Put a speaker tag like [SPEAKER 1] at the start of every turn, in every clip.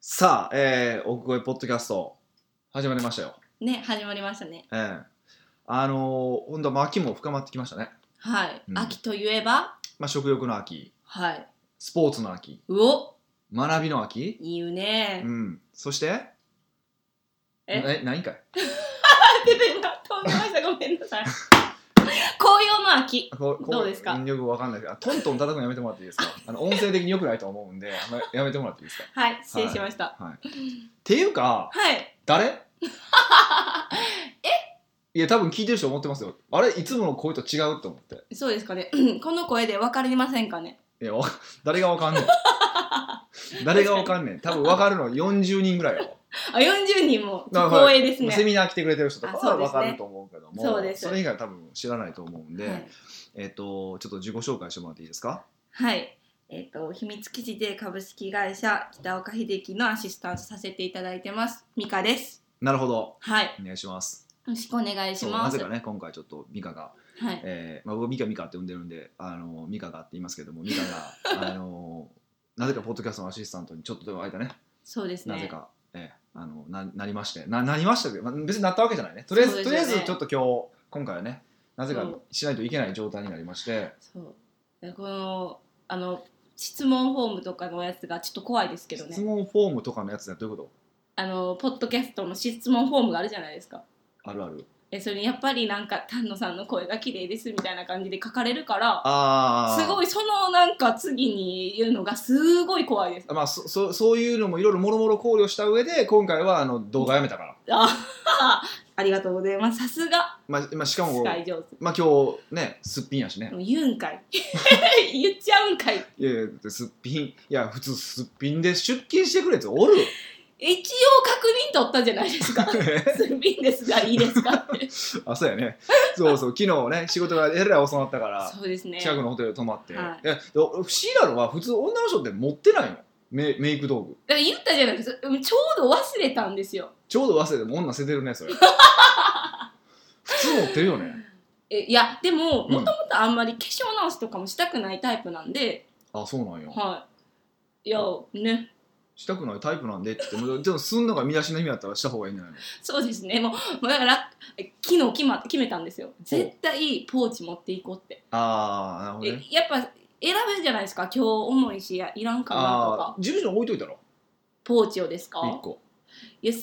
[SPEAKER 1] さあ、えー、奥越えポッドキャスト、始まりましたよ。
[SPEAKER 2] ね始まりましたね
[SPEAKER 1] ええあのー、今度は秋も深まってきましたね。
[SPEAKER 2] はい、
[SPEAKER 1] うん
[SPEAKER 2] 秋といえば
[SPEAKER 1] まあ、食欲の秋、
[SPEAKER 2] はい
[SPEAKER 1] スポーツの秋、
[SPEAKER 2] うお
[SPEAKER 1] 学びの秋、
[SPEAKER 2] 言うね
[SPEAKER 1] うん。そして、え、
[SPEAKER 2] え
[SPEAKER 1] 何かい
[SPEAKER 2] 出てんか飛んでましたごめん なさい紅葉の秋
[SPEAKER 1] ここ
[SPEAKER 2] どうですか
[SPEAKER 1] んよくわかんないですけど、あトントン叩くのやめてもらっていいです かあの音声的に良くないと思うんで、あんまりやめてもらっていいですか
[SPEAKER 2] はい失礼しました
[SPEAKER 1] はい。っていうか、
[SPEAKER 2] はい、
[SPEAKER 1] 誰えいや、多分聞いてる人思ってますよ。あれ、いつもの声と違うと思って。
[SPEAKER 2] そうですかね この声で分かりませんかね
[SPEAKER 1] いや、わ 誰がわかんねん。 誰がわかんねん。多分わかるの40人ぐらいよ。
[SPEAKER 2] あ40人も
[SPEAKER 1] だから
[SPEAKER 2] 光栄ですね
[SPEAKER 1] セミナー来てくれてる人とか
[SPEAKER 2] あそ
[SPEAKER 1] は
[SPEAKER 2] うで
[SPEAKER 1] わ
[SPEAKER 2] すね
[SPEAKER 1] かると思うけども、
[SPEAKER 2] そうです
[SPEAKER 1] れ以外は多分知らないと思うんで、
[SPEAKER 2] はい、
[SPEAKER 1] えっ、と、ちょっと自己紹介してもらっていいですか
[SPEAKER 2] はいえっ、と秘密基地で株式会社北岡秀樹のアシスタントさせていただいてますミカです
[SPEAKER 1] なるほど。
[SPEAKER 2] はいよ
[SPEAKER 1] お願いします。
[SPEAKER 2] ろしくお願いし
[SPEAKER 1] そう
[SPEAKER 2] ま
[SPEAKER 1] な
[SPEAKER 2] す
[SPEAKER 1] ぜかね、今回ちょっとミカが、
[SPEAKER 2] はい
[SPEAKER 1] えーまあ、僕ミカミカって呼んでるんで、あの、ミカがって言いますけども、ミカ が、あの、なぜかポッドキャストのアシスタントにちょっとでも間ね、
[SPEAKER 2] そうですね
[SPEAKER 1] なぜか、えーあのななりましてななりましたけど、まあ、別になったわけじゃないねとりあえず、
[SPEAKER 2] そう
[SPEAKER 1] とり
[SPEAKER 2] ですよ
[SPEAKER 1] あえ
[SPEAKER 2] ね
[SPEAKER 1] ずちょっと今日今回はねなぜか
[SPEAKER 2] そう
[SPEAKER 1] しないといけない状態になりまして
[SPEAKER 2] そうでこのあの質問フォームとかのやつがちょっと怖いですけど
[SPEAKER 1] 質
[SPEAKER 2] ね
[SPEAKER 1] 問フォームとかのやつねどういうこ
[SPEAKER 2] あのポッドキャストの質問フォームがあるじゃないですか
[SPEAKER 1] とあるある
[SPEAKER 2] えそれにやっぱりなんか丹野さんの声が綺麗ですみたいな感じで書かれるから
[SPEAKER 1] あ
[SPEAKER 2] すご
[SPEAKER 1] い
[SPEAKER 2] いそのなんか次に言うのがすごい怖 いです
[SPEAKER 1] まあ、そそそういうのもいろいろもろもろ考慮した上で今回はあの動画やめたから、
[SPEAKER 2] あありがとうございますさすが
[SPEAKER 1] まあまあ、しかも、
[SPEAKER 2] 使い上手
[SPEAKER 1] まあ、今日ねすっぴんやしね
[SPEAKER 2] もう言うんかい 言っちゃうんかい
[SPEAKER 1] いやいやすっぴんいや普通すっぴんで出勤してくれっておる
[SPEAKER 2] 一応確認取ったじゃないですかすっぴんですがいいですかって
[SPEAKER 1] あそうやねそうそう昨日ね仕事がえらい遅なったから
[SPEAKER 2] そうですね
[SPEAKER 1] 近くのホテルで泊まって、、
[SPEAKER 2] はい
[SPEAKER 1] やで不思議なのは普通女の人って持ってないのメメイク道具
[SPEAKER 2] だから言ったじゃないですかちょうど忘れたんですよ
[SPEAKER 1] ちょうど忘れても女捨ててるねそ れ普通持ってるよね
[SPEAKER 2] えいやでも
[SPEAKER 1] うん
[SPEAKER 2] もともとあんまり化粧直しとかもしたくないタイプなんで、
[SPEAKER 1] あそうなんよ
[SPEAKER 2] はいいやね
[SPEAKER 1] したくないタイプなんでって言ってもでもすんのが身だしの意味だったらした方がいいんじゃないの
[SPEAKER 2] そうですねもうもうだからえ昨日決,、ま、決めたんですよ絶対ポーチ持っていこうって、
[SPEAKER 1] ああなるほど
[SPEAKER 2] え
[SPEAKER 1] ね
[SPEAKER 2] やっぱ選べるじゃないですか今日重いしやいらんかなと
[SPEAKER 1] あ
[SPEAKER 2] か
[SPEAKER 1] あー事務所に置いといたろ
[SPEAKER 2] ポーチをですか
[SPEAKER 1] 一個
[SPEAKER 2] いや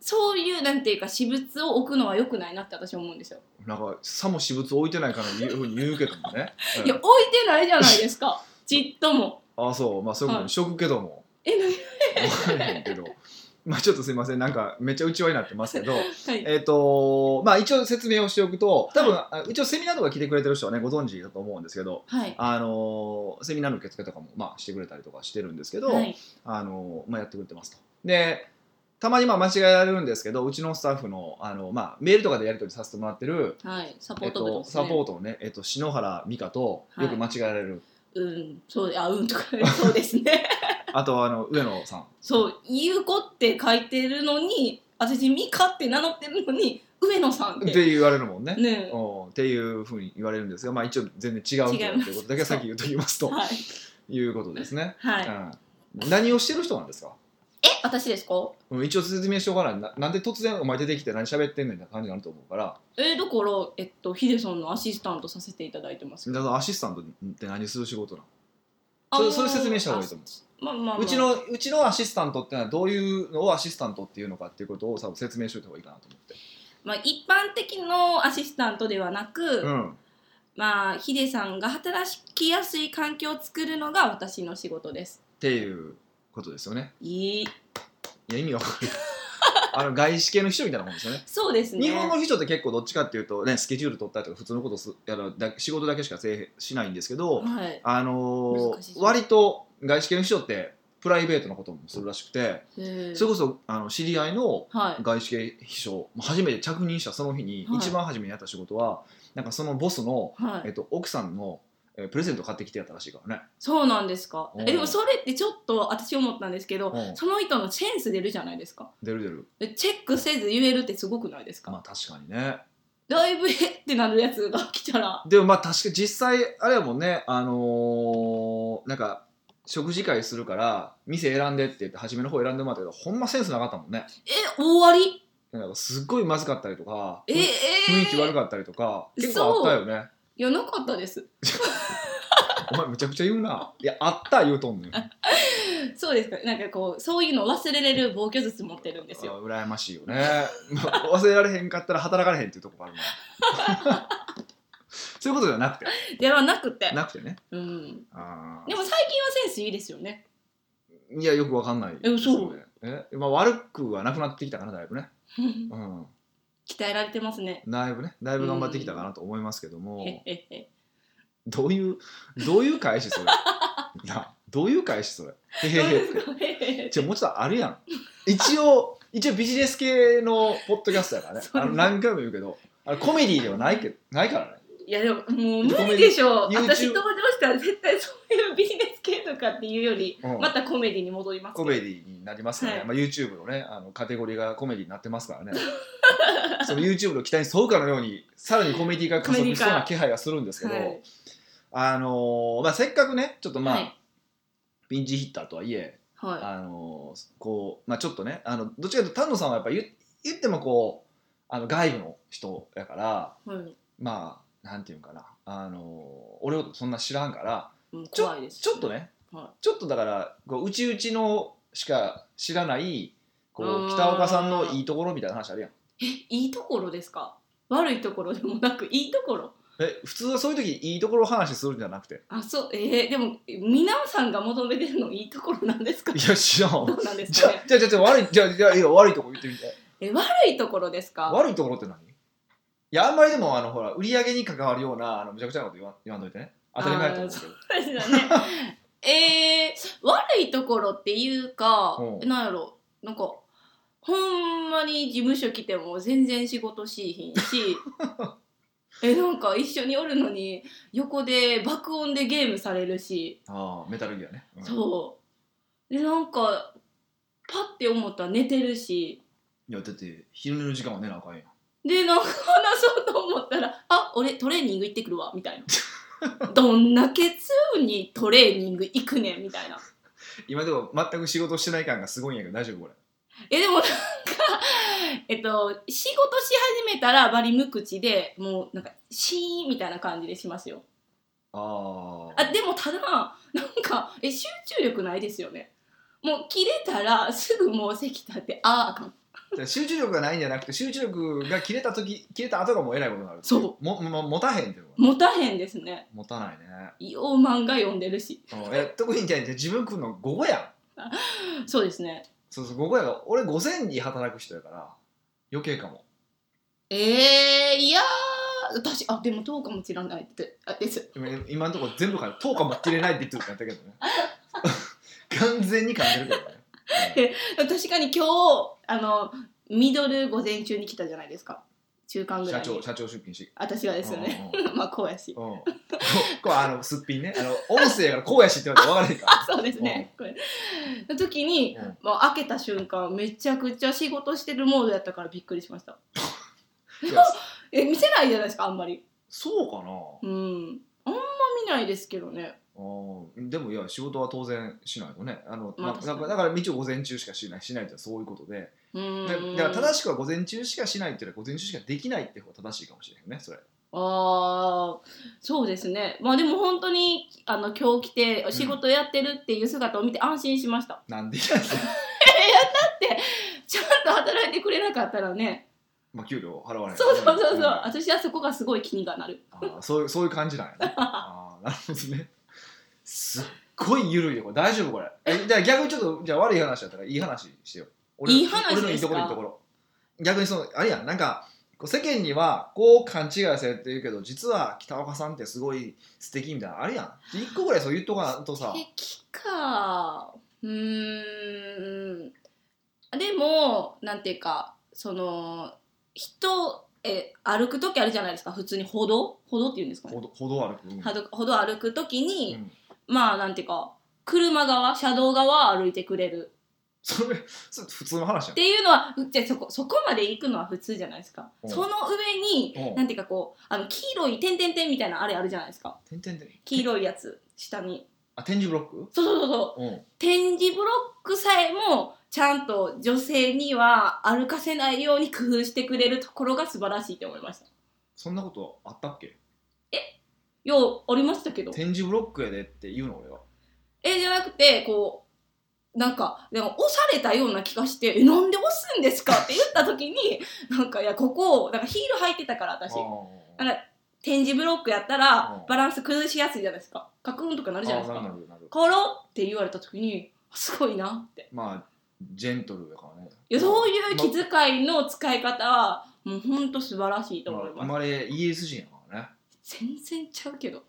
[SPEAKER 2] そういうなんていうか私物を置くのは良くないなって私は思うんですよ、
[SPEAKER 1] なんかさも私物置いてないかのいうふうに言うけどもね、
[SPEAKER 2] いや
[SPEAKER 1] うん
[SPEAKER 2] 置いてないじゃないですかちっとも
[SPEAKER 1] ああそうまあそういうことにしとくけども、
[SPEAKER 2] え何
[SPEAKER 1] わかんへんけどまあちょっとすいませんなんかめっちゃうちわになってますけど
[SPEAKER 2] はい
[SPEAKER 1] えっ、とまあ一応説明をしておくと多分、あ一応セミナーとか来てくれてる人はねご存知だと思うんですけど
[SPEAKER 2] はい
[SPEAKER 1] あのーセミナーの受付とかも、まあ、してくれたりとかしてるんですけど、
[SPEAKER 2] はい
[SPEAKER 1] あのーまあ、やってくれてますと。でたまにまあ間違えられるんですけどうちのスタッフのあの、まあ、メールとかでやり取りさせてもらってる、
[SPEAKER 2] はい、サポ
[SPEAKER 1] え
[SPEAKER 2] ー
[SPEAKER 1] っ
[SPEAKER 2] ト部
[SPEAKER 1] と、
[SPEAKER 2] ですね
[SPEAKER 1] サポートのね、えっと、篠原美香と
[SPEAKER 2] はい
[SPEAKER 1] よく間違えられる、
[SPEAKER 2] うん、そう、あ、うんとか、 そうですね。
[SPEAKER 1] あとあの上野 さん
[SPEAKER 2] そう、ゆうこって書いてるのに、私、ミカって名乗ってるのに、上野さんっ。
[SPEAKER 1] ってて言われるもんね。
[SPEAKER 2] ね
[SPEAKER 1] う、んっていうふうに言われるんですが、まあ、一応全然違うと
[SPEAKER 2] 違い
[SPEAKER 1] い
[SPEAKER 2] ます
[SPEAKER 1] うことだけ先言っときますと
[SPEAKER 2] はい、
[SPEAKER 1] いうことですね。
[SPEAKER 2] はい。え、
[SPEAKER 1] うん、何をしてる人なんですか
[SPEAKER 2] 私ですか
[SPEAKER 1] うん一応説明しようかないななんで突然お前出てきて何喋ってんねんみたいな感じになると思うから
[SPEAKER 2] えだから、えっと、ヒデさんのアシスタントさせていただいてます。
[SPEAKER 1] だからアシスタントって何する仕事なの
[SPEAKER 2] あ
[SPEAKER 1] それそれ説明した方がいいと思う
[SPEAKER 2] う。まあまあ、まあ、
[SPEAKER 1] うちのうちのアシスタントってのはどういうのをアシスタントっていうのかっていうことを多分説明しといた方がいいかなと思って
[SPEAKER 2] まあ、一般的のアシスタントではなく、
[SPEAKER 1] うん
[SPEAKER 2] まあ、ヒデさんが働きやすい環境を作るのが私の仕事です。
[SPEAKER 1] っていうことですよね
[SPEAKER 2] いい。
[SPEAKER 1] いや意味わかんない あの外資系の秘書みたいなもんですよね
[SPEAKER 2] そうですね。
[SPEAKER 1] 日本の秘書って結構どっちかっていうとねスケジュール取ったりとか普通のことすやらだ仕事だけしかせえへんしないんですけど、
[SPEAKER 2] はい。
[SPEAKER 1] あのー
[SPEAKER 2] 難しいそう
[SPEAKER 1] 割と外資系の人ってプライベートなこともするらしくて、
[SPEAKER 2] へー
[SPEAKER 1] それこそあの知り合いの
[SPEAKER 2] はい。
[SPEAKER 1] 外資系秘書初めて着任したその日に、
[SPEAKER 2] はい
[SPEAKER 1] 一番初めにやった仕事はなんかそのボスの、
[SPEAKER 2] はい
[SPEAKER 1] え。っと、奥さんの、えープレゼント買ってきてやったらしいからね
[SPEAKER 2] そうなんですか。
[SPEAKER 1] うん
[SPEAKER 2] えでもそれってちょっと私思ったんですけど、
[SPEAKER 1] うん
[SPEAKER 2] その人のセンス出るじゃないですか。
[SPEAKER 1] 出る出る
[SPEAKER 2] えチェックせず言えるってすごくないですか。
[SPEAKER 1] まあ確かにね
[SPEAKER 2] だいぶえってなるやつが来たら、
[SPEAKER 1] でもまあ確か実際あれやもんねあのーなんか食事会するから店選んでって言って初めの方選んでもらったけどほんまセンスなかったもんね
[SPEAKER 2] え大割り
[SPEAKER 1] なんかすっごいまずかったりとか
[SPEAKER 2] え
[SPEAKER 1] 雰
[SPEAKER 2] え
[SPEAKER 1] 囲気悪かったりとか
[SPEAKER 2] 嘘
[SPEAKER 1] 結構あったよね
[SPEAKER 2] いやなかったです
[SPEAKER 1] お前めちゃくちゃ言うないやあった言うとんねん
[SPEAKER 2] そうですかなんかこうそういうのを忘れれる防御術持ってるん ですよ
[SPEAKER 1] あ羨ましいよね まあ忘れられへんかったら働かれへんっていうとこもあるもん そういうことじゃなくて
[SPEAKER 2] ではなくて
[SPEAKER 1] なくてね
[SPEAKER 2] うん
[SPEAKER 1] あー
[SPEAKER 2] でも最近はセンスいいですよね
[SPEAKER 1] いやよくわかんない
[SPEAKER 2] え嘘
[SPEAKER 1] ですねえ、まあ、悪くはなくなってきたかなだいぶねうん
[SPEAKER 2] 鍛えられてますね
[SPEAKER 1] だいぶねだいぶ頑張ってきたかなと思いますけども、
[SPEAKER 2] へへへ
[SPEAKER 1] どういうどういう返しそ れなどういう返しそれへへ
[SPEAKER 2] どう
[SPEAKER 1] へ
[SPEAKER 2] ですかへへへ
[SPEAKER 1] じゃもうちょっとあるやん一応一応ビジネス系のポッドキャストやからね
[SPEAKER 2] そう
[SPEAKER 1] あの何回も言うけどあのコメディーではないけどないからね
[SPEAKER 2] いやでももう無理でしょ
[SPEAKER 1] コ
[SPEAKER 2] う
[SPEAKER 1] メディ YouTube
[SPEAKER 2] 私登場したら絶対そういうビジネス系とかっていうより、
[SPEAKER 1] うん
[SPEAKER 2] またコメディに戻ります
[SPEAKER 1] コメ
[SPEAKER 2] ィ
[SPEAKER 1] ディになりますからね、
[SPEAKER 2] はい
[SPEAKER 1] まあ、YouTube のねあのカテゴリーがコメディになってますからねその YouTube の期待に沿うかのようにさらにコメディが加速しそうな気配がするんですけど、
[SPEAKER 2] はい
[SPEAKER 1] あのーまあ、せっかくねちょっとまあ、
[SPEAKER 2] はい
[SPEAKER 1] ピンチヒッターとはいえ
[SPEAKER 2] は
[SPEAKER 1] あのこうまあちょっとねあのどっちかというと丹野さんはやっぱ言言ってもこうあの外部の人やから
[SPEAKER 2] い、はい、
[SPEAKER 1] まあなんていうんかなあの俺のことそんな知らんから
[SPEAKER 2] うん
[SPEAKER 1] ちょ
[SPEAKER 2] 怖いです
[SPEAKER 1] ちょっとね、
[SPEAKER 2] は
[SPEAKER 1] ちょっとだからこううちうちのしか知らないこ
[SPEAKER 2] うー
[SPEAKER 1] うん北岡さんのいいところみたいな話あるやん
[SPEAKER 2] いいところですか悪いところでもなくいいところ
[SPEAKER 1] え普通はそういう時いいところを話するんじゃなく て
[SPEAKER 2] あそうえー、でも皆さんが求めてるのいいところなんですか
[SPEAKER 1] いや知らん
[SPEAKER 2] どうなんです
[SPEAKER 1] じゃ
[SPEAKER 2] か
[SPEAKER 1] あ
[SPEAKER 2] ね
[SPEAKER 1] じゃあじゃあじゃあ悪いじゃあじゃあいや悪いとこ言ってみて
[SPEAKER 2] え悪いところですか
[SPEAKER 1] 悪いところって何いやあんまりでもあのほら売り上げに関わるようなあのむちゃくちゃなこと言わ言わんといてね当たり前やと思うけど
[SPEAKER 2] ですよね。 えー、悪いところっていうか、
[SPEAKER 1] う
[SPEAKER 2] なんやろなんかほんまに事務所来ても全然仕事しいひん しえなんか一緒におるのに横で爆音でゲームされるし、
[SPEAKER 1] ああメタルギアね、うん
[SPEAKER 2] そうでなんかパッて思ったら寝てるし
[SPEAKER 1] いやだって昼寝の時間は寝なあかんやん
[SPEAKER 2] でなんか話そうと思ったら「あ俺トレーニング行ってくるわ」み たいなどんだけ通にトレーニング行くねんみたいな
[SPEAKER 1] 今でも全く仕事してない感がすごいんやけど大丈夫これ
[SPEAKER 2] えでもなんか、えっと、仕事し始めたらバリ無口でもうなんかシーンみたいな感じでしますよ
[SPEAKER 1] あ
[SPEAKER 2] あでもただなんかえ集中力ないですよねもう切れたらすぐもう席立ってあああかん
[SPEAKER 1] あ集中力がないんじゃなくて集中力が切れた時切れた後がもうえらいことになる
[SPEAKER 2] そう
[SPEAKER 1] もも持たへんっていうのが
[SPEAKER 2] 持たへんですね
[SPEAKER 1] 持たないね
[SPEAKER 2] よう漫画読んでるし
[SPEAKER 1] うんえ特にじゃあ自分来るの午後やん
[SPEAKER 2] そうですね
[SPEAKER 1] そうそう午後やから俺午前に働く人やから余計かも
[SPEAKER 2] えー、いやー私あでもそうかもしれないってあです
[SPEAKER 1] 今今のところ全部から10日も切れないって言ってるからやったけどね 完全に感じるけど ね、うん
[SPEAKER 2] 確かに今日あのミドル午前中に来たじゃないですか中間ぐら
[SPEAKER 1] 社
[SPEAKER 2] いに
[SPEAKER 1] 長社長出勤し
[SPEAKER 2] 私はですよね、
[SPEAKER 1] うんうん
[SPEAKER 2] まあこうや
[SPEAKER 1] う
[SPEAKER 2] し
[SPEAKER 1] んここうあのすっぴんねあの音声やからこうやしって言われて分からへんから
[SPEAKER 2] あそうですね、これの時に、
[SPEAKER 1] うん
[SPEAKER 2] もう開けた瞬間めちゃくちゃ仕事してるモードやったからびっくりしました
[SPEAKER 1] い や
[SPEAKER 2] え見せないじゃないですかあんまり
[SPEAKER 1] そうかな
[SPEAKER 2] うんあんま見ないですけどね
[SPEAKER 1] うんでもいや仕事は当然しないとねあの、
[SPEAKER 2] ま
[SPEAKER 1] な
[SPEAKER 2] あ確かに
[SPEAKER 1] だから道を午前中しかしないしないってそういうことで
[SPEAKER 2] う
[SPEAKER 1] で
[SPEAKER 2] ん
[SPEAKER 1] だから正しくは午前中しかしないっていうのは午前中しかできないって方が正しいかもしれないねそれ
[SPEAKER 2] あーそうですねまあでも本当にあの今日来て仕事やってるっていう姿を見て安心しました、
[SPEAKER 1] なんでいないの
[SPEAKER 2] ちゃんと働いてくれなかったらね
[SPEAKER 1] まあ給料払わない
[SPEAKER 2] そうそうそうそう、
[SPEAKER 1] ん
[SPEAKER 2] 私はそこがすごい気にがなる
[SPEAKER 1] あーそういうそういう感じなんや ね。あーなるほどね。すっごい緩いよこれ大丈夫これ。えじゃあ逆にちょっとじゃあ悪い話だったらいい話してよ。俺の
[SPEAKER 2] いい話ですか
[SPEAKER 1] 俺のいいところいいところ。逆にそのあれやんなんかこう世間にはこう勘違いされてるけど実は北岡さんってすごい素敵みたいなのあるやん。一個ぐらいそう言っとかんと さ。
[SPEAKER 2] 敵かうーんでもなんていうかその人え歩く時あるじゃないですか普通に歩道歩道っていうんですか
[SPEAKER 1] ほ
[SPEAKER 2] ね
[SPEAKER 1] ど歩道歩く。うん
[SPEAKER 2] 歩道歩道歩く時に、
[SPEAKER 1] うん
[SPEAKER 2] まあなんていうか車側車道側歩いてくれる
[SPEAKER 1] それそれ普通の話や
[SPEAKER 2] っ
[SPEAKER 1] ん。
[SPEAKER 2] ていうのはうじゃあそこそこまで行くのは普通じゃないですか
[SPEAKER 1] うん
[SPEAKER 2] その上に
[SPEAKER 1] うん
[SPEAKER 2] なんていうかこうあの黄色い点々点みたいなあれあるじゃないですか
[SPEAKER 1] てんてんてん。
[SPEAKER 2] 黄色いやつ下に
[SPEAKER 1] あ点字ブロック
[SPEAKER 2] そうそうそうそう
[SPEAKER 1] うん
[SPEAKER 2] 点字ブロックさえもちゃんと女性には歩かせないように工夫してくれるところが素晴らしいって思いました
[SPEAKER 1] そんなことあったっけ
[SPEAKER 2] ようありましたけど
[SPEAKER 1] 点字ブロックやでって言うの俺は
[SPEAKER 2] えじゃなくてこうなんかでも押されたような気がして「えなんで押すんですか?」って言った時に なんかいやここなんかヒール履いてたから私
[SPEAKER 1] あ
[SPEAKER 2] あの
[SPEAKER 1] ー
[SPEAKER 2] 点字ブロックやった
[SPEAKER 1] う
[SPEAKER 2] ら
[SPEAKER 1] ん
[SPEAKER 2] バランス崩しやすいじゃないですかカクンとかなるじゃないです
[SPEAKER 1] あーな
[SPEAKER 2] か
[SPEAKER 1] るなるなる
[SPEAKER 2] 「コロ」って言われた時にすごいなって
[SPEAKER 1] まあジェントルやからね
[SPEAKER 2] いやそういう気遣いの使い方はもうほんと素晴らしいと思い
[SPEAKER 1] まあ生
[SPEAKER 2] ます
[SPEAKER 1] まれイギリス人やからね
[SPEAKER 2] 全然ちゃうけど
[SPEAKER 1] ね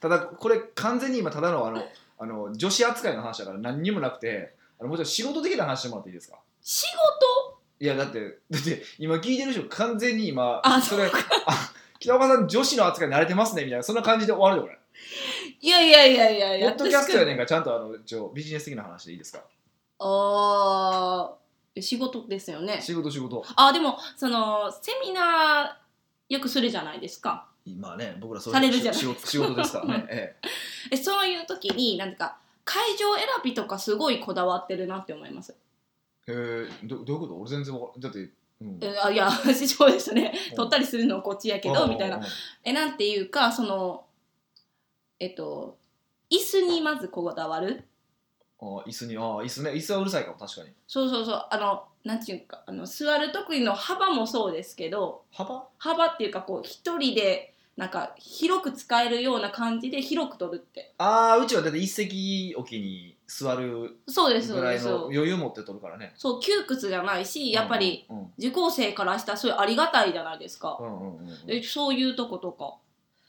[SPEAKER 1] ただこれ完全に今ただのあのあの女子扱いの話だから何にもなくてあのもちろん仕事的な話してもらっていいですか
[SPEAKER 2] 仕
[SPEAKER 1] いやだってだって今聞いてる人完全に今
[SPEAKER 2] あ
[SPEAKER 1] それあ北岡さん女子の扱い慣れてますねみたいなそんな感じで終わるで
[SPEAKER 2] 事いやいやいやいやい
[SPEAKER 1] 俺
[SPEAKER 2] や
[SPEAKER 1] ポッドキャストやねん
[SPEAKER 2] か
[SPEAKER 1] からちゃんとあの一応ビジネス的な話でいいですか
[SPEAKER 2] あー仕事ですよね
[SPEAKER 1] 仕事仕事
[SPEAKER 2] あでもそのセミナーよくするじゃないですか
[SPEAKER 1] 今ね僕らそう
[SPEAKER 2] されるじゃない
[SPEAKER 1] 仕事仕事ですからね、ええ、
[SPEAKER 2] えそういう時になんか会場選びとかすごいこだわってるなって思います、
[SPEAKER 1] えーどどういうこと俺全然わかんだって、うん
[SPEAKER 2] えあいや そうですね
[SPEAKER 1] うん
[SPEAKER 2] 取ったりするのはこっちやけどみたい
[SPEAKER 1] あ
[SPEAKER 2] な
[SPEAKER 1] ー
[SPEAKER 2] えなんていうかそのえっと椅子にまずこだわる
[SPEAKER 1] あー椅子にあー椅子ね椅子はうるさいかも確かに
[SPEAKER 2] そうそうそうあのなんていうかあの座る時の幅もそうですけど
[SPEAKER 1] 幅
[SPEAKER 2] 幅っていうかこう一人でなんか広く使えるような感じで広く取るって
[SPEAKER 1] ああうちはだって一席置きに座る
[SPEAKER 2] そうですそ
[SPEAKER 1] ぐ
[SPEAKER 2] う
[SPEAKER 1] ら
[SPEAKER 2] で
[SPEAKER 1] い
[SPEAKER 2] す
[SPEAKER 1] の余裕持って取るからね
[SPEAKER 2] そう窮屈じゃないしやっぱり
[SPEAKER 1] うんうん
[SPEAKER 2] 受講生からしたらそういうありがたいじゃないですか、
[SPEAKER 1] うんうんうん
[SPEAKER 2] えそういうとことか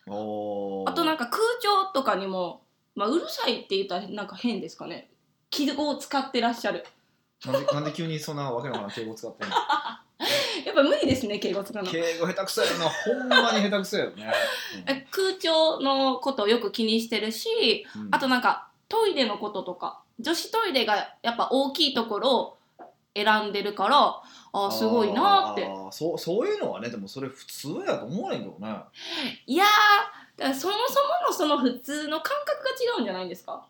[SPEAKER 1] おー
[SPEAKER 2] あとなんか空調とかにも、まあ、うるさいって言ったらなんか変ですかね記号を使ってらっしゃる
[SPEAKER 1] なんでなんで急にそんなわけのわからん敬語使ってんの
[SPEAKER 2] やっぱ無理ですね敬語使うの
[SPEAKER 1] 敬語下手くそやよなほんまに下手くそやよね、
[SPEAKER 2] え空調のことをよく気にしてるし
[SPEAKER 1] うんうん
[SPEAKER 2] あとなんかトイレのこととか女子トイレがやっぱ大きいところを選んでるからあーすごいなーって
[SPEAKER 1] あーそうそういうのはねでもそれ普通やと思うねんけどね
[SPEAKER 2] いやーだからそもそものその普通の感覚が違うんじゃないんですか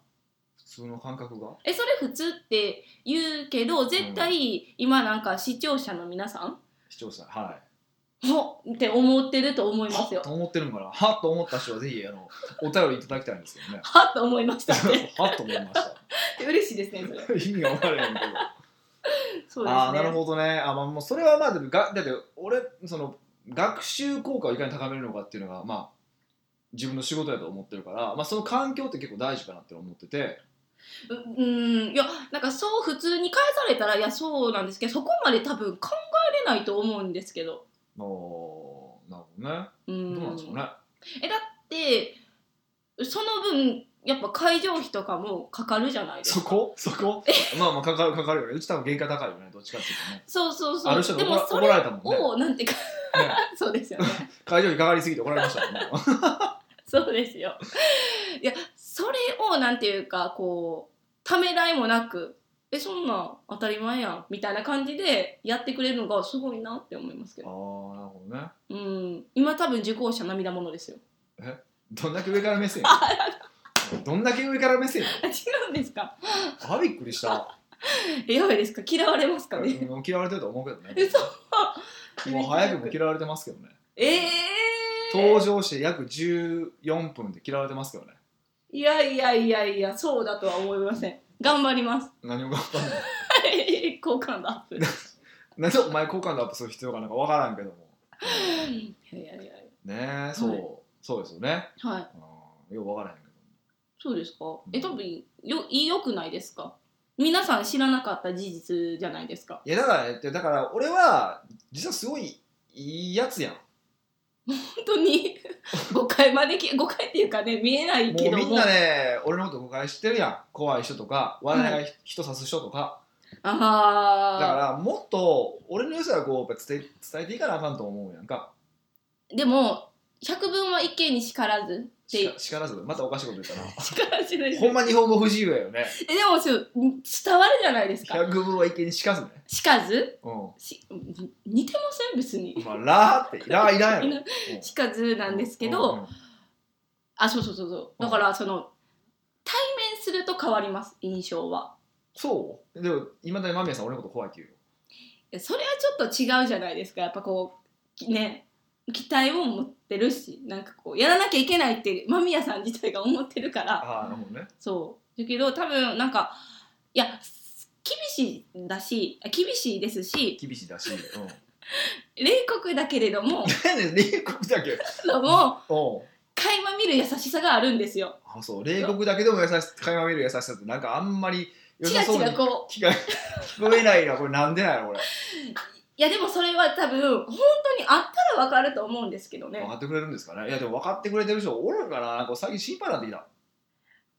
[SPEAKER 1] 普通の感覚が
[SPEAKER 2] えそれ普通って言うけど絶対今なんか視聴者の皆さん
[SPEAKER 1] 視聴者はい
[SPEAKER 2] もって思ってると思いま
[SPEAKER 1] は
[SPEAKER 2] すよ
[SPEAKER 1] っと思ってるんかなはっと思った人はぜひあのお便りいただきたいんですけど ね
[SPEAKER 2] はっと思いましたっ
[SPEAKER 1] はっと思いました
[SPEAKER 2] て 嬉しいですねそれ
[SPEAKER 1] 意味が分からへんけど
[SPEAKER 2] そうですね
[SPEAKER 1] ああなるほどねあ、まあ、もうそれはまあでもがだって俺その学習効果をいかに高めるのかっていうのがまあ自分の仕事やと思ってるから、まあ、その環境って結構大事かなって思ってて
[SPEAKER 2] ううーんいやなんかそう普通に返されたらいやそうなんですけどそこまで多分考えれないと思うんですけど
[SPEAKER 1] あーなるほどね
[SPEAKER 2] うー
[SPEAKER 1] ど
[SPEAKER 2] ん
[SPEAKER 1] うなんでしょうね
[SPEAKER 2] えだってその分やっぱ会場費とかもかかるじゃないで
[SPEAKER 1] そ
[SPEAKER 2] すか
[SPEAKER 1] こそこまあまあかかるかかるよねうち多分限界高いよねどっちかっていうとね
[SPEAKER 2] そうそう
[SPEAKER 1] ある
[SPEAKER 2] そ
[SPEAKER 1] 人に怒
[SPEAKER 2] うでも
[SPEAKER 1] ら
[SPEAKER 2] そ
[SPEAKER 1] 怒
[SPEAKER 2] れ
[SPEAKER 1] られたもんね
[SPEAKER 2] をなんていうか
[SPEAKER 1] ね
[SPEAKER 2] そうですよね
[SPEAKER 1] 会場費かかりすぎて怒られましたもんね
[SPEAKER 2] そうですよ。いや、それをなんていうか、こう、ためらいもなく、え、そんなん当たり前やん、みたいな感じでやってくれるのがすごいなって思いますけ
[SPEAKER 1] ああ
[SPEAKER 2] ど。
[SPEAKER 1] なるほどね
[SPEAKER 2] うん。今多分受講者涙ものですよ。
[SPEAKER 1] どんだけ上から目線やどんだけ上から目線や
[SPEAKER 2] あ違うんですか
[SPEAKER 1] あびっくりした
[SPEAKER 2] え、やばいですか嫌われますかね
[SPEAKER 1] うん嫌われてると思うけどね
[SPEAKER 2] 嘘
[SPEAKER 1] もう早くも嫌われてますけどね
[SPEAKER 2] ええ
[SPEAKER 1] 登場して約14分で嫌われてますけどね
[SPEAKER 2] いやいやいやいや、そうだとは思いません。頑張ります。
[SPEAKER 1] 何も分かん ない
[SPEAKER 2] はい 好感度アップ。
[SPEAKER 1] 何でお前好感度アップする必要がなんか分からん けども
[SPEAKER 2] いやいやいや。
[SPEAKER 1] ねえそう、
[SPEAKER 2] はい
[SPEAKER 1] そうですよね、
[SPEAKER 2] はい。
[SPEAKER 1] うん、よく分からへんけど
[SPEAKER 2] そうですか。え、
[SPEAKER 1] うん
[SPEAKER 2] 多分よ、良くないですか。皆さん知らなかった事実じゃないですか。
[SPEAKER 1] いやだからねだから俺は実はすごいいいやつやん
[SPEAKER 2] 本当に 誤解までき、誤解っていうかね、見えない
[SPEAKER 1] も
[SPEAKER 2] け
[SPEAKER 1] う
[SPEAKER 2] ど
[SPEAKER 1] み
[SPEAKER 2] も。
[SPEAKER 1] んなね俺のこと誤解してるやん怖い人とか笑いが人刺す人とか、
[SPEAKER 2] ああ。
[SPEAKER 1] だからもっと俺の良さはこうやっぱ伝え伝えていかなあかんと思うやんか
[SPEAKER 2] でも、百聞は一見にしからずって。
[SPEAKER 1] しか叱らずまたおかしいこと言ったな
[SPEAKER 2] しからずです。
[SPEAKER 1] ほんま日本語不自由やよね。
[SPEAKER 2] え、でも、そう、伝わるじゃないですか。
[SPEAKER 1] 百分は一見にしかずね。
[SPEAKER 2] しかず。
[SPEAKER 1] う
[SPEAKER 2] し、似てません、別に
[SPEAKER 1] ん。。まあ、ラーって、ラーい らんやろ。
[SPEAKER 2] しかず
[SPEAKER 1] う
[SPEAKER 2] なんですけど。
[SPEAKER 1] うんうん
[SPEAKER 2] あそうそうそうそうだからそのすると変わります印象は
[SPEAKER 1] そうでもいまだに間宮さん俺のこと怖いって言うよ
[SPEAKER 2] いやそれはちょっと違うじゃないですかやっぱこうきね期待を持ってるしなんかこうやらなきゃいけないって間宮さん自体が思ってるから
[SPEAKER 1] ああなるほどね
[SPEAKER 2] そうだけど多分なんかいや厳しいだしあ厳しいですし
[SPEAKER 1] 厳しいだし、うん、
[SPEAKER 2] 冷酷だけれど も
[SPEAKER 1] 何やねん冷酷だけ
[SPEAKER 2] ども
[SPEAKER 1] うん
[SPEAKER 2] 垣間見る優しさがあるんですよ
[SPEAKER 1] あそう冷酷だけでも優しさ垣間見る優しさってなんかあんまり良
[SPEAKER 2] チ
[SPEAKER 1] さ
[SPEAKER 2] ラ
[SPEAKER 1] そう
[SPEAKER 2] チ
[SPEAKER 1] に
[SPEAKER 2] ラこう
[SPEAKER 1] 聞か 聞こえないなこれなんでなんやろこれ
[SPEAKER 2] いやでもそれは多分本当にあったらわかると思うんですけどね
[SPEAKER 1] 分かってくれるんですかねいやでも分かってくれてる人おるんかななんか最近心配になっ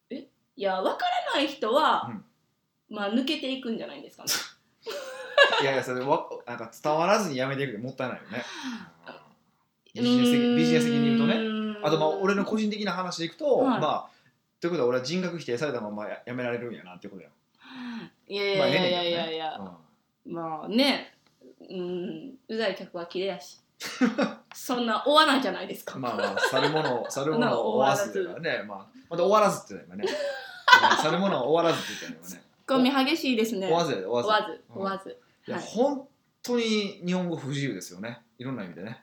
[SPEAKER 1] てきた
[SPEAKER 2] いやわからない人は、
[SPEAKER 1] うん
[SPEAKER 2] まあ抜けていくんじゃないですかね
[SPEAKER 1] いやいやそれわなんか伝わらずにやめていくってもったいないよねビ
[SPEAKER 2] う
[SPEAKER 1] ジネス的ビジネス的に言うとね
[SPEAKER 2] ーん
[SPEAKER 1] あとまあ俺の個人的な話でいくと、
[SPEAKER 2] はい
[SPEAKER 1] まあということは俺は人格否定されたままややめられるんやなってことや、
[SPEAKER 2] いやいやいやいやいやいや、
[SPEAKER 1] うん、
[SPEAKER 2] まあねうんうざい客は綺麗やし そんな追わないじゃないですか、
[SPEAKER 1] まあまあ、去るものを、 去るものを終わらずだからね。まあ、また終わらずって言ったよ、今ね。 まあ去るものを終わらずって言ったよ、今ね。
[SPEAKER 2] ツッコミ激しいですね
[SPEAKER 1] 終わずやで、
[SPEAKER 2] 追
[SPEAKER 1] 終わ
[SPEAKER 2] わず
[SPEAKER 1] うん
[SPEAKER 2] 追わず、
[SPEAKER 1] ず。いや、
[SPEAKER 2] はい
[SPEAKER 1] 本当に日本語不自由ですよね。いろんな意味でね。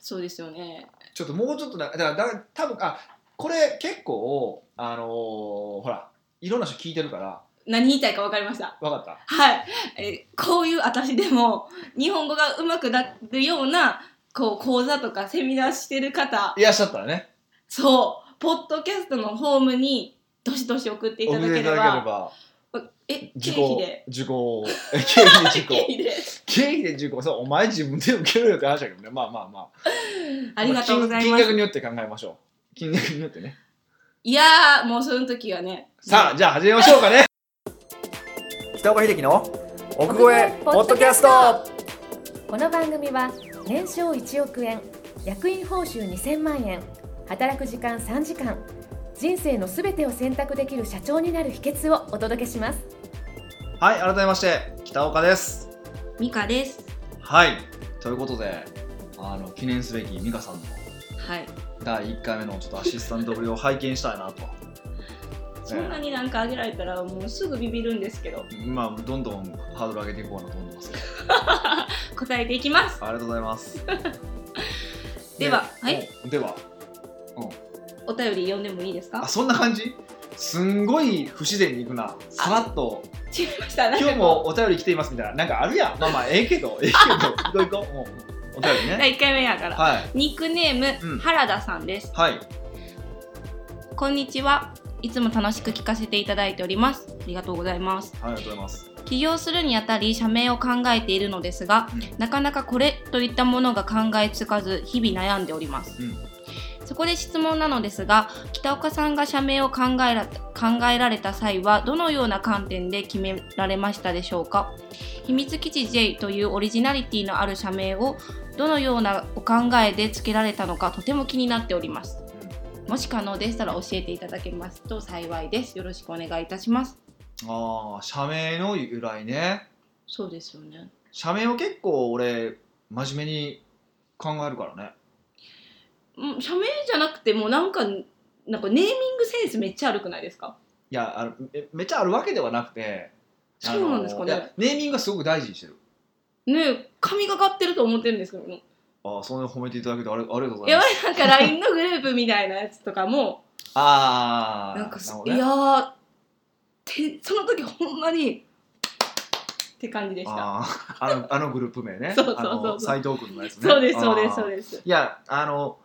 [SPEAKER 2] そうですよね
[SPEAKER 1] ちょっともうちょっとな、だから、だから多分あ、これ結構、あのーほら、いろんな人聞いてるから、
[SPEAKER 2] 何言いたいか分かりました
[SPEAKER 1] わかった。
[SPEAKER 2] はいえこういう私でも日本語がうまくなるようなこう講座とかセミナーしてる方
[SPEAKER 1] いらっしゃったらね、
[SPEAKER 2] そうポッドキャストのホームにどしどし送っていただければ
[SPEAKER 1] ば、
[SPEAKER 2] え経
[SPEAKER 1] 受
[SPEAKER 2] 費
[SPEAKER 1] 講
[SPEAKER 2] で、
[SPEAKER 1] 受講、え経費で受
[SPEAKER 2] 経
[SPEAKER 1] 講。
[SPEAKER 2] 費で
[SPEAKER 1] 経費で受講、そう、お前自分で受けるよって話だけどね。まあまあまあ。
[SPEAKER 2] ありがとうござい
[SPEAKER 1] 金金
[SPEAKER 2] ま
[SPEAKER 1] 額
[SPEAKER 2] す
[SPEAKER 1] によって考えましょう。金額によってね。
[SPEAKER 2] いやーもうその時はね
[SPEAKER 1] さあ、じゃあ始めましょうかね。北岡秀樹の奥越えポッドキャスト。
[SPEAKER 3] この番組は年商1億円役員報酬2000万円働く時間3時間人生のすべてを選択できる社長になる秘訣をお届けします
[SPEAKER 1] はい、改めまして北岡です。
[SPEAKER 2] ミカです
[SPEAKER 1] はい、ということで、あの記念すべき美香さんの
[SPEAKER 2] はい
[SPEAKER 1] 第1回目のちょっとアシスタントぶりを拝見したいなと。
[SPEAKER 2] そんなになんかあげられたらもうすぐビビるんですけど
[SPEAKER 1] まあどんどんハードル上げていこうかなと思ってます。
[SPEAKER 2] 答えていきます
[SPEAKER 1] ありがとうございます。
[SPEAKER 2] でははい
[SPEAKER 1] い。では、
[SPEAKER 2] お便り読んでもいいです
[SPEAKER 1] あ
[SPEAKER 2] か
[SPEAKER 1] そんな感じ？すんごい不自然にいくな。さらっ と
[SPEAKER 2] 違いましたなんか
[SPEAKER 1] 今日もお便り来ていますみたいな、なんかあるやん。まあ まあ、ええけど、ええけど、どういこう。もうお便りね。
[SPEAKER 2] 第1回目やから
[SPEAKER 1] はい。
[SPEAKER 2] ニックネーム、
[SPEAKER 1] うん
[SPEAKER 2] 原田さんです
[SPEAKER 1] はい。
[SPEAKER 2] こんにちはいつも楽しく聞かせていただいておりますありがとうございます
[SPEAKER 1] ありがとうございます。
[SPEAKER 2] 起業するにあたり社名を考えているのですが
[SPEAKER 1] うん
[SPEAKER 2] なかなかこれといったものが考えつかず日々悩んでおります
[SPEAKER 1] うん。
[SPEAKER 2] そこで質問なのですが北岡さんが社名を考えら考えられた際はどのような観点で決められましたでしょうか秘密基地 J というオリジナリティのある社名をどのようなお考えで付けられたのかとても気になっておりますもし可能でしたら教えていただけますと幸いですよろしくお願いいたします
[SPEAKER 1] ああ、社名の由来ね。
[SPEAKER 2] そうですよね
[SPEAKER 1] 社名は結構俺、真面目に考えるからね。
[SPEAKER 2] うん社名じゃなくてもうなんかなんかネーミングセンスめっちゃ悪くないですか
[SPEAKER 1] いや、あのめめっちゃあるわけではなくて、あの
[SPEAKER 2] そうなんですかね
[SPEAKER 1] いやネーミングはすごく大事にしてる。
[SPEAKER 2] ね神がかってると思ってるんですけどね
[SPEAKER 1] ああ、そんなに褒めていただけてありありがとうござい
[SPEAKER 2] や
[SPEAKER 1] ま
[SPEAKER 2] ば
[SPEAKER 1] す。
[SPEAKER 2] いなんか LINE のグループみたいなやつとかも
[SPEAKER 1] ああ、
[SPEAKER 2] なんかそ、
[SPEAKER 1] るほどね
[SPEAKER 2] いやーてその時ほんまにって感じでした
[SPEAKER 1] あーあのあのグループ名ね
[SPEAKER 2] そうそうそうそう
[SPEAKER 1] あの斉藤君のやつね
[SPEAKER 2] そうですそうで
[SPEAKER 1] あー
[SPEAKER 2] すそうです
[SPEAKER 1] いやあの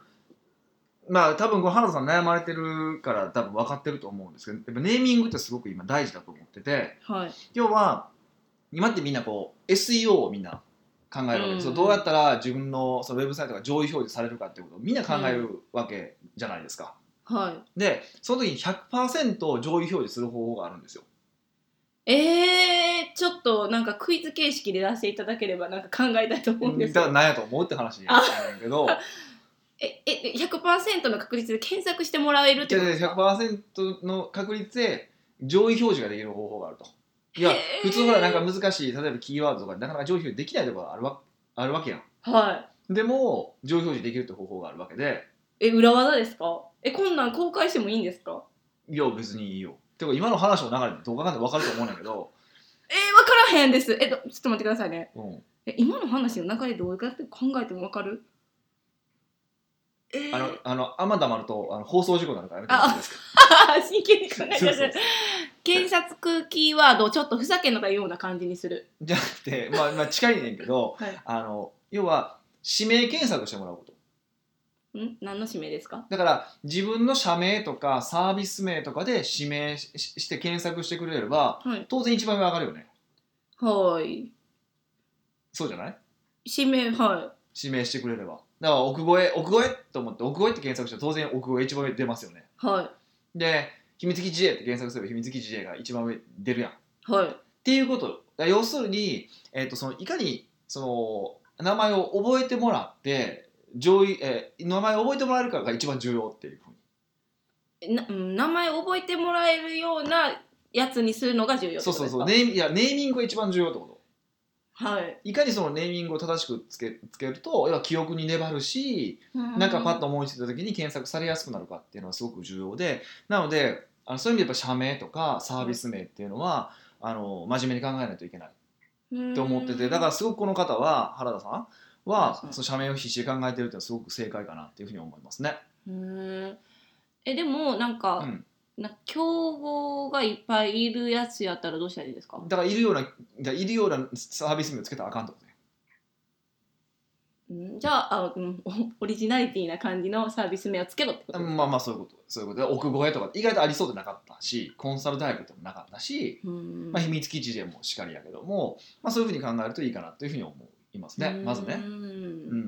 [SPEAKER 1] まあ多分これ原田さん悩まれてるから多分分かってると思うんですけどやっぱネーミングってすごく今大事だと思ってて
[SPEAKER 2] はい
[SPEAKER 1] 要は今ってみんなこう SEO をみんな考えるわけです、
[SPEAKER 2] うん
[SPEAKER 1] そうどうやったら自分のそのウェブサイトが上位表示されるかっていうことをみんな考えるわけじゃないですか、
[SPEAKER 2] は
[SPEAKER 1] でその時に100%上位表示する方法があるんですよ
[SPEAKER 2] いえー、ちょっとなんかクイズ形式で出していただければなんか考えたいと思うんですけ
[SPEAKER 1] だから
[SPEAKER 2] ど
[SPEAKER 1] 何やと思うって話なんだけど
[SPEAKER 2] ええ100%の確率で検索してもらえるってことですか
[SPEAKER 1] 100%の確率で上位表示ができる方法があると。いや
[SPEAKER 2] へー
[SPEAKER 1] 普通ほらなんか難しい例えばキーワードとかでなかなか上位表示できないところがあるわあるわけやん。
[SPEAKER 2] は
[SPEAKER 1] でも上位表示できるって方法があるわけで
[SPEAKER 2] いえ裏技ですかえこんなん公開してもいいんですか
[SPEAKER 1] いや別にいいよ。てか今の話の流れで動画かんで分かると思うんだけど、
[SPEAKER 2] えー、分からへんです。えっと、ちょっと待ってくださいね。
[SPEAKER 1] うん、
[SPEAKER 2] え、今の話の中でどういうやって考えても分かるえー、
[SPEAKER 1] あのあのあんま黙るとあの放送事故になるからやめてもらっていいですか
[SPEAKER 2] あー 真剣に考えて
[SPEAKER 1] そう
[SPEAKER 2] る
[SPEAKER 1] そうそう
[SPEAKER 2] 検索キーワードをちょっとふざけのたような感じにする。
[SPEAKER 1] じゃなくて、まあ、まあ近いねんけど、
[SPEAKER 2] はい
[SPEAKER 1] あの要は指名検索してもらうこと
[SPEAKER 2] ん何の指名ですか
[SPEAKER 1] だから自分の社名とかサービス名とかで指名ししして検索してくれれば
[SPEAKER 2] はい。
[SPEAKER 1] 当然一番上上がるよね
[SPEAKER 2] はーい。
[SPEAKER 1] そうじゃない
[SPEAKER 2] 指名、は
[SPEAKER 1] 指名してくれればだから奥越え奥越えと思って奥越えって検索したら当然奥越え一番上出ますよね
[SPEAKER 2] い。は
[SPEAKER 1] で秘密基地 J って検索すれば秘密基地 J が一番上出るやんっ
[SPEAKER 2] い。はい。
[SPEAKER 1] ていうことだから要するに、えー、とそのいかにその名前を覚えてもらって上位、えー名前を覚えてもらえるかが一番重要っていうふうに
[SPEAKER 2] なうん名前覚えてもらえるようなやつにするのが重要っ
[SPEAKER 1] そ
[SPEAKER 2] てこ
[SPEAKER 1] う
[SPEAKER 2] と
[SPEAKER 1] そ
[SPEAKER 2] で
[SPEAKER 1] うそうネ
[SPEAKER 2] すか
[SPEAKER 1] ーミいやネーミングが一番重要ってこと
[SPEAKER 2] はい
[SPEAKER 1] いかにそのネーミングを正しくつけつけると要は記憶に粘るし
[SPEAKER 2] な
[SPEAKER 1] なんかパッと思いついた時に検索されやすくなるかっていうのはすごく重要でなのであのそういう意味でやっぱ社名とかサービス名っていうのはあの真面目に考えないといけないって思っててだからすごくこの方は原田さんは
[SPEAKER 2] うん
[SPEAKER 1] その社名を必死で考えてるっていうのはすごく正解かなっていうふうに思いますね。
[SPEAKER 2] うんえでもなんか、
[SPEAKER 1] うん
[SPEAKER 2] な競合がいっぱいいるやつやったらどうしたらいいですか
[SPEAKER 1] だからいるようなだからいるようなサービス名をつけたらあかんってことね。
[SPEAKER 2] うんじゃああ、うん、オリジナリティな感じのサービス名をつけろってこと
[SPEAKER 1] まあまあそういうことそういうことで奥越えとか意外とありそうでなかったしコンサル大学でもなかったし。
[SPEAKER 2] うん
[SPEAKER 1] まあ、秘密基地でもしかりやけども、まあ、そういうふうに考えるといいかなというふうに思いますねまず
[SPEAKER 2] う
[SPEAKER 1] ね、うん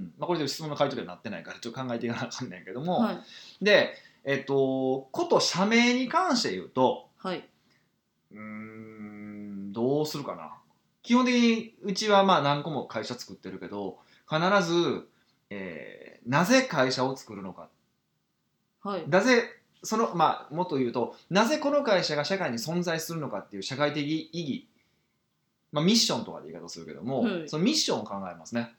[SPEAKER 1] んまあ、これで質問の回答にはなってないからちょっと考えていかなあかんねんけども、
[SPEAKER 2] はい
[SPEAKER 1] でえっとこと社名に関して言うと
[SPEAKER 2] はい、
[SPEAKER 1] うーんどうするかな基本的にうちはまあ何個も会社作ってるけど必ず、えーなぜ会社を作るのか
[SPEAKER 2] はい、
[SPEAKER 1] なぜそのまあもっと言うとなぜこの会社が社会に存在するのかっていう社会的意義、まあ、ミッションとかで言い方するけども、
[SPEAKER 2] はい
[SPEAKER 1] そのミッションを考えますね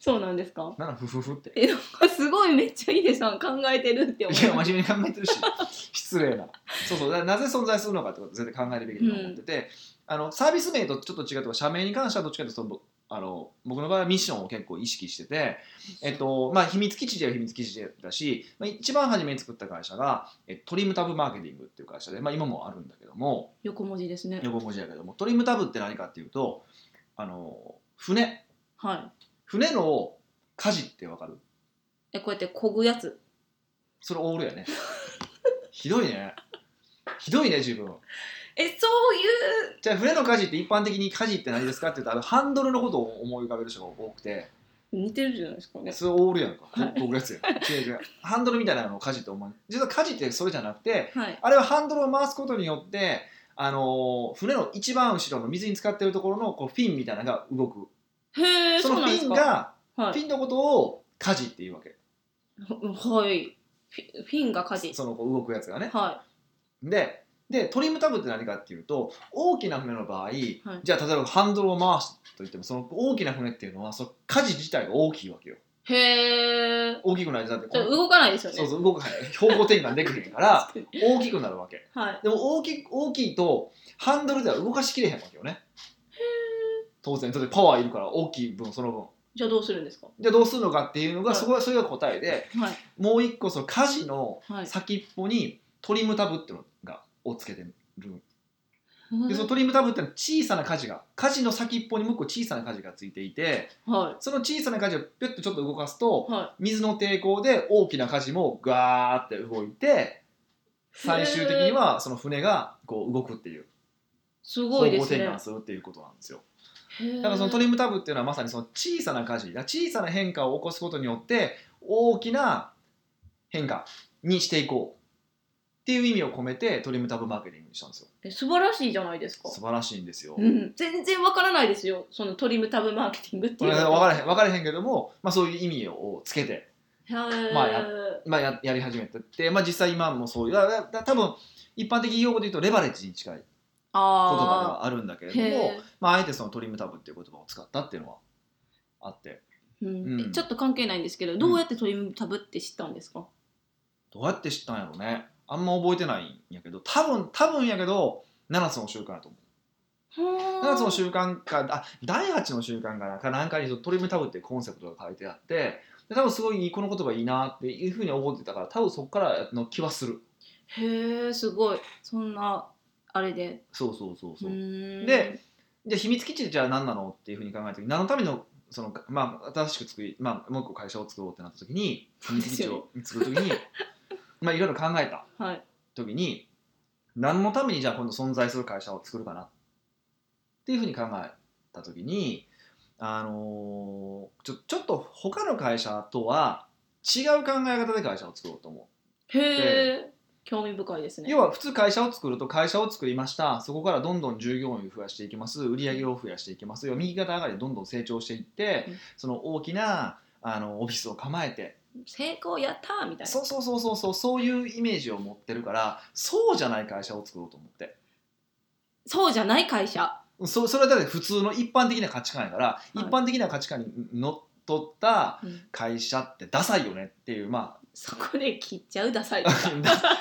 [SPEAKER 2] そうなんですか
[SPEAKER 1] なんかふふふって
[SPEAKER 2] えなんかすごいめっちゃヒデさん考えてるって思
[SPEAKER 1] いや真面目に考えてるし 失礼なそうそうだからなぜ存在するのかってことを絶対考えるべきだと思ってて、あのサービス名とちょっと違っても社名に関してはどっちかというとぼあの僕の場合はミッションを結構意識してて、えっとまあ、秘密基地では秘密基地だし、まあ、一番初めに作った会社がえトリムタブマーケティングっていう会社で、まあ、今もあるんだけども
[SPEAKER 2] 横文字ですね
[SPEAKER 1] 横文字やけどもトリムタブって何かっていうとあの船
[SPEAKER 2] は
[SPEAKER 1] 船の舵ってわかる
[SPEAKER 2] いえこうやってこぐやつ
[SPEAKER 1] それオールやねひどいねひどいね自分
[SPEAKER 2] えそういう
[SPEAKER 1] じゃあ船の舵って一般的に舵って何ですかって言うとあのハンドルのことを思い浮かべる人が多くて
[SPEAKER 2] 似てるじゃないですかね
[SPEAKER 1] それオールやんか
[SPEAKER 2] はい
[SPEAKER 1] 僕やつやん違う違うハンドルみたいなのを舵って思う実は舵ってそれじゃなくて
[SPEAKER 2] はい
[SPEAKER 1] あれはハンドルを回すことによってあのー船の一番後ろの水に浸かってるところのこうフィンみたいなのが動く
[SPEAKER 2] へえ
[SPEAKER 1] そ
[SPEAKER 2] そ
[SPEAKER 1] の
[SPEAKER 2] う
[SPEAKER 1] フ
[SPEAKER 2] なんです
[SPEAKER 1] ィン
[SPEAKER 2] か
[SPEAKER 1] が
[SPEAKER 2] は
[SPEAKER 1] フ
[SPEAKER 2] い
[SPEAKER 1] ィンのことを舵っていうわけ
[SPEAKER 2] ふはいフィフィンが家事
[SPEAKER 1] そのこう動くやつがね
[SPEAKER 2] は
[SPEAKER 1] ででトリムタブって何かっていうと大きな船の場合、
[SPEAKER 2] い
[SPEAKER 1] じゃあ例えばハンドルを回すといってもその大きな船っていうのはその舵自体が大きいわけよ
[SPEAKER 2] いへえ
[SPEAKER 1] 大きくなるだってこの
[SPEAKER 2] 動かないですよね
[SPEAKER 1] そうそう動かない方向転換できへんから
[SPEAKER 2] 確かに
[SPEAKER 1] 大きくなるわけ
[SPEAKER 2] はい
[SPEAKER 1] でも大き大きいとハンドルでは動かしきれへんわけよね当然だってパワーいるから大きい分その分
[SPEAKER 2] じゃあどうするんですか
[SPEAKER 1] じゃあどうするのかっていうのが、
[SPEAKER 2] はい
[SPEAKER 1] そこはそれが答えで
[SPEAKER 2] はい
[SPEAKER 1] もう一個その家事の
[SPEAKER 2] はい
[SPEAKER 1] 先っぽにトリムタブっていうのがをつけてるでその
[SPEAKER 2] は
[SPEAKER 1] トリムタブってのは小さな舵が舵の先っぽにもう一個小さな舵がついていて
[SPEAKER 2] い
[SPEAKER 1] その小さな舵をピュッとちょっと動かすと
[SPEAKER 2] は
[SPEAKER 1] 水の抵抗で大きな舵もガーって動いて最終的にはその船がこう動くっていう
[SPEAKER 2] す
[SPEAKER 1] 方向
[SPEAKER 2] ごいで
[SPEAKER 1] 転
[SPEAKER 2] すね
[SPEAKER 1] 換するっていうことなんですよ
[SPEAKER 2] へー
[SPEAKER 1] だからそのトリムタブっていうのはまさにその小さな舵だ小さな変化を起こすことによって大きな変化にしていこうっていう意味を込めてトリムタブマーケティングにしたんですよ
[SPEAKER 2] え素晴らしいじゃないですか
[SPEAKER 1] 素晴らしいんですよ、
[SPEAKER 2] うん全然わからないですよそのトリムタブマーケティングっていう
[SPEAKER 1] 分
[SPEAKER 2] のが
[SPEAKER 1] からへん分からへんけども、まあ、そういう意味をつけて、
[SPEAKER 2] へー
[SPEAKER 1] まあやまあ、ややり始めてって、まあ、実際今もそういうだだだ多分一般的用語で言うとレバレッジに近い言葉で
[SPEAKER 2] あ
[SPEAKER 1] はあるんだけれ
[SPEAKER 2] ー
[SPEAKER 1] ども
[SPEAKER 2] へ
[SPEAKER 1] まあ、あえてそのトリムタブっていう言葉を使ったっていうのはあって
[SPEAKER 2] ーうん
[SPEAKER 1] うん
[SPEAKER 2] ちょっと関係ないんですけどどうやってトリムタブって知ったんですか
[SPEAKER 1] どうやって知ったんやろうねあんま覚えてないんやけど多分多分やけど7つの習慣やと思う7つの習慣かあ第8の習慣かなかなんかにトリムタブっていうコンセプトが書いてあってで多分すごいこの言葉いいなっていうふうに思ってたから多分そこからの気はする
[SPEAKER 2] へえすごいそんなあれで
[SPEAKER 1] そうそうそうそう、
[SPEAKER 2] で
[SPEAKER 1] でじゃあ秘密基地じゃあ何なのっていうふうに考えた時何のためのその、まあ、新しく作り、まあ、もう一個会社を作ろうってなった時に秘密基地を作る時に、まあ、いろいろ考えた
[SPEAKER 2] はい
[SPEAKER 1] 時に何のためにじゃあ今度存在する会社を作るかなっていうふうに考えた時に、あのーちょちょっと他の会社とは違う考え方で会社を作ろうと思う。
[SPEAKER 2] へえ興味深いですね
[SPEAKER 1] 要は普通会社を作ると会社を作りましたそこからどんどん従業員を増やしていきます売り上げを増やしていきます要は右肩上がりでどんどん成長していって、
[SPEAKER 2] うん
[SPEAKER 1] その大きなあのオフィスを構えて
[SPEAKER 2] 成功やったーみたいな
[SPEAKER 1] そうそうそうそうそうそういうイメージを持ってるからそうじゃない会社を作ろうと思って
[SPEAKER 2] そうじゃない会社
[SPEAKER 1] そそれはだって普通の一般的な価値観やから、
[SPEAKER 2] い
[SPEAKER 1] 一般的な価値観にのっとった
[SPEAKER 2] うん
[SPEAKER 1] 会社ってダサいよねっていうまあ
[SPEAKER 2] そこで切っちゃうダサい と
[SPEAKER 1] だ
[SPEAKER 2] か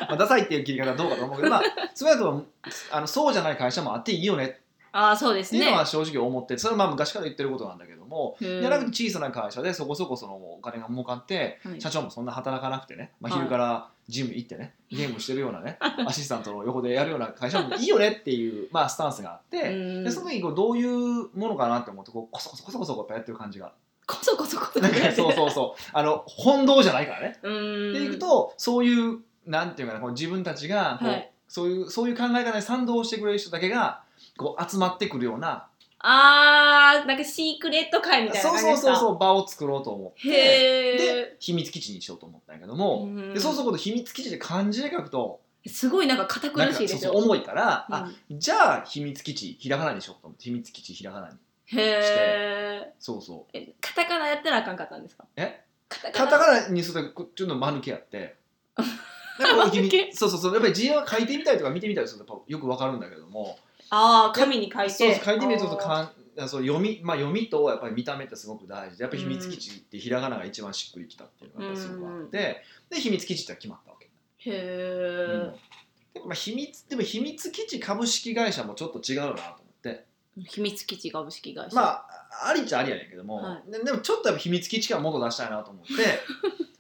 [SPEAKER 1] まあダサいっていう切り方はどうかと思うけど、まあ、それだとあのそうじゃない会社もあっていいよねっ
[SPEAKER 2] ああそうで
[SPEAKER 1] っ
[SPEAKER 2] す
[SPEAKER 1] ていう
[SPEAKER 2] ね
[SPEAKER 1] のは正直思ってそれはまあ昔から言ってることなんだけども、
[SPEAKER 2] へー
[SPEAKER 1] じゃなくて小さな会社でそこそこそのお金が儲かって、
[SPEAKER 2] はい
[SPEAKER 1] 社長もそんな働かなくてね、まあ、
[SPEAKER 2] はい
[SPEAKER 1] 昼からジム行ってね、ゲームしてるような ねアシスタントの横でやるような会社もいいよねっていう、まあ、スタンスがあって、
[SPEAKER 2] うん
[SPEAKER 1] でその時にこうどういうものかなって思ってこうコソコソコソコソこうやっぱやってる感じが
[SPEAKER 2] こそこそこそ
[SPEAKER 1] なんかそうそうそうあの本堂じゃないからね。
[SPEAKER 2] うーん
[SPEAKER 1] でいくとそういうなんていうかなこう自分たちがこう、
[SPEAKER 2] はい
[SPEAKER 1] そういうそういう考え方に賛同してくれる人だけがこう集まってくるような
[SPEAKER 2] あーなんかシークレット会みたい
[SPEAKER 1] そ
[SPEAKER 2] な
[SPEAKER 1] う
[SPEAKER 2] 感じ
[SPEAKER 1] そ
[SPEAKER 2] で
[SPEAKER 1] う
[SPEAKER 2] す
[SPEAKER 1] そう
[SPEAKER 2] か
[SPEAKER 1] そう場を作ろうと思って
[SPEAKER 2] へえ
[SPEAKER 1] で秘密基地にしようと思ったんやけども、
[SPEAKER 2] うん
[SPEAKER 1] でそうすること秘密基地で漢字で書くと
[SPEAKER 2] すごいなんか堅苦
[SPEAKER 1] なんか
[SPEAKER 2] しいで
[SPEAKER 1] そう
[SPEAKER 2] す
[SPEAKER 1] そ
[SPEAKER 2] よ
[SPEAKER 1] う重いから、あ
[SPEAKER 2] うん
[SPEAKER 1] じゃあ秘密基地ひらがなにしようと思って秘密基地ひらがなに
[SPEAKER 2] へー
[SPEAKER 1] そうそう
[SPEAKER 2] えカタカナやったらあかんかったんですか
[SPEAKER 1] え
[SPEAKER 2] カタカ
[SPEAKER 1] カ
[SPEAKER 2] ナ
[SPEAKER 1] タカナにするとこちょっと間抜けやって。なんかこう秘密
[SPEAKER 2] 間抜け
[SPEAKER 1] そうそうそうやっぱり字を書いてみたりとか見てみたりするとやっぱよくわかるんだけども
[SPEAKER 2] ああ紙に書いて
[SPEAKER 1] そうそう書いてみると
[SPEAKER 2] あー
[SPEAKER 1] かんそう読み、まあ、読みとやっぱり見た目ってすごく大事でやっぱり秘密基地ってひらがなが一番しっくりきたっていうのがやっぱりすごくあって、で秘密基地って決まったわけ。
[SPEAKER 2] へえ、
[SPEAKER 1] でまあ、秘密でも秘密基地株式会社もちょっと違うなと思って
[SPEAKER 2] 秘密基地株式会社
[SPEAKER 1] まあありっちゃありやねんけども、
[SPEAKER 2] は
[SPEAKER 1] ででもちょっとやっぱ秘密基地感もっと出したいなと思って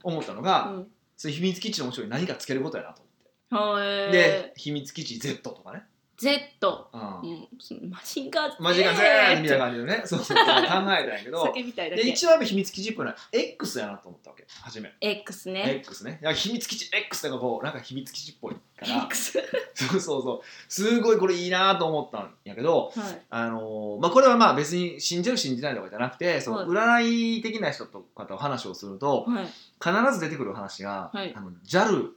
[SPEAKER 1] 思ったのが、
[SPEAKER 2] うん
[SPEAKER 1] そういう秘密基地の面白い何かつけることやなと思って、
[SPEAKER 2] はーい
[SPEAKER 1] で秘密基地 Z とかね、
[SPEAKER 2] Z、
[SPEAKER 1] うん
[SPEAKER 2] うん、そのマシンガー Z
[SPEAKER 1] マジか Z みたいな感じでねそうそう考えたんやけど
[SPEAKER 2] 酒みたいだけ
[SPEAKER 1] で一応やっぱ秘密基地っぽいのは X やなと思ったわけ初め
[SPEAKER 2] X ね
[SPEAKER 1] X ねいや秘密基地 X ってのがこうなんか秘密基地っぽいから
[SPEAKER 2] X
[SPEAKER 1] そうそうそうすごいこれいいなと思ったんやけど、
[SPEAKER 2] はい
[SPEAKER 1] あのーまあ、これはまあ別に信じる信じないとかじゃなくてそ
[SPEAKER 2] は
[SPEAKER 1] の
[SPEAKER 2] い
[SPEAKER 1] 占い的な人とかと話をすると
[SPEAKER 2] はい
[SPEAKER 1] 必ず出てくる話が、
[SPEAKER 2] はい
[SPEAKER 1] あの JAL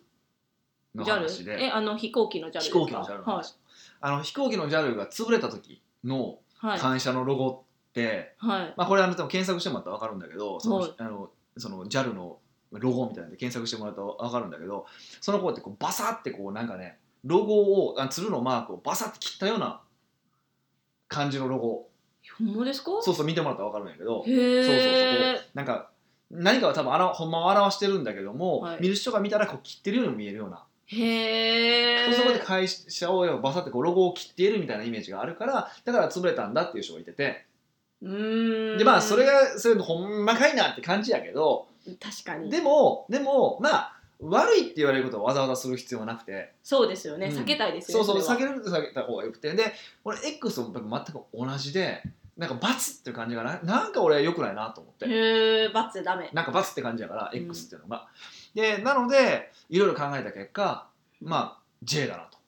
[SPEAKER 1] の
[SPEAKER 2] JAL
[SPEAKER 1] 話で
[SPEAKER 2] えあの飛行機の JAL です
[SPEAKER 1] 飛
[SPEAKER 2] か
[SPEAKER 1] 行機の JAL の話、あの飛行機の JAL が潰れた時の
[SPEAKER 2] はいはい、
[SPEAKER 1] 会社のロゴって、
[SPEAKER 2] はい、
[SPEAKER 1] まあ、これあの多分検索してもらったら分かるんだけどその,、
[SPEAKER 2] はい
[SPEAKER 1] あのその JAL のロゴみたいなんで検索してもらうと分かるんだけどその子ってこうバサってこうなんかねロゴをあ鶴のマークをバサって切ったような感じのロゴ
[SPEAKER 2] ほんまですか
[SPEAKER 1] そうそう見てもらったら分かるんやけど
[SPEAKER 2] へー
[SPEAKER 1] そうそうそうなんか何かは多分あらほんまは表してるんだけども、
[SPEAKER 2] はい
[SPEAKER 1] 見る人が見たらこう切ってるようにも見えるような、
[SPEAKER 2] へえ
[SPEAKER 1] そこで会社をバサってこうロゴを切っているみたいなイメージがあるからだから潰れたんだっていう人がいてて
[SPEAKER 2] うーん
[SPEAKER 1] でまあそれがそれほんまかいなって感じやけど
[SPEAKER 2] 確かに
[SPEAKER 1] でもでもまあ悪いって言われることをわざわざする必要はなくて
[SPEAKER 2] そうですよね、
[SPEAKER 1] うん
[SPEAKER 2] 避けたいです
[SPEAKER 1] そ
[SPEAKER 2] よ
[SPEAKER 1] う
[SPEAKER 2] ね
[SPEAKER 1] そう避
[SPEAKER 2] れ
[SPEAKER 1] ける避けた方がよくてで俺 X も全く同じでなんか罰っていう感じがななんか俺良くないなと思って
[SPEAKER 2] はへえバツダメ
[SPEAKER 1] なんかバツって感じやから
[SPEAKER 2] うん
[SPEAKER 1] X っていうのが、でなのでいろいろ考えた結果まあ J だなと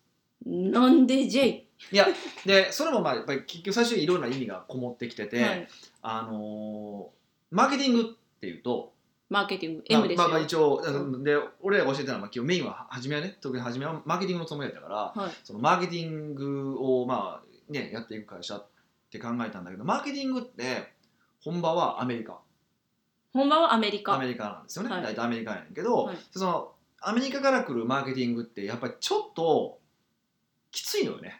[SPEAKER 2] なんで J?
[SPEAKER 1] いやでそれもまあやっぱり結局最初にいろんな意味がこもってきてて、
[SPEAKER 2] はい、
[SPEAKER 1] あのーマーケティングっていうと
[SPEAKER 2] マーケティング
[SPEAKER 1] まあ
[SPEAKER 2] M です
[SPEAKER 1] ま
[SPEAKER 2] よ、
[SPEAKER 1] あまあ一応、
[SPEAKER 2] う
[SPEAKER 1] で俺らが教えてたのは、まあ、基本メインは初めはね特に初めはマーケティングのつもりだったから、
[SPEAKER 2] はい
[SPEAKER 1] そのマーケティングをまあねやっていく会社って考えたんだけどマーケティングって本場はアメリカ
[SPEAKER 2] 本場はアメリカ
[SPEAKER 1] アメリカなんですよね、
[SPEAKER 2] はい
[SPEAKER 1] 大体アメリカやねんけど、
[SPEAKER 2] はい
[SPEAKER 1] そのアメリカから来るマーケティングってやっぱりちょっときついのよね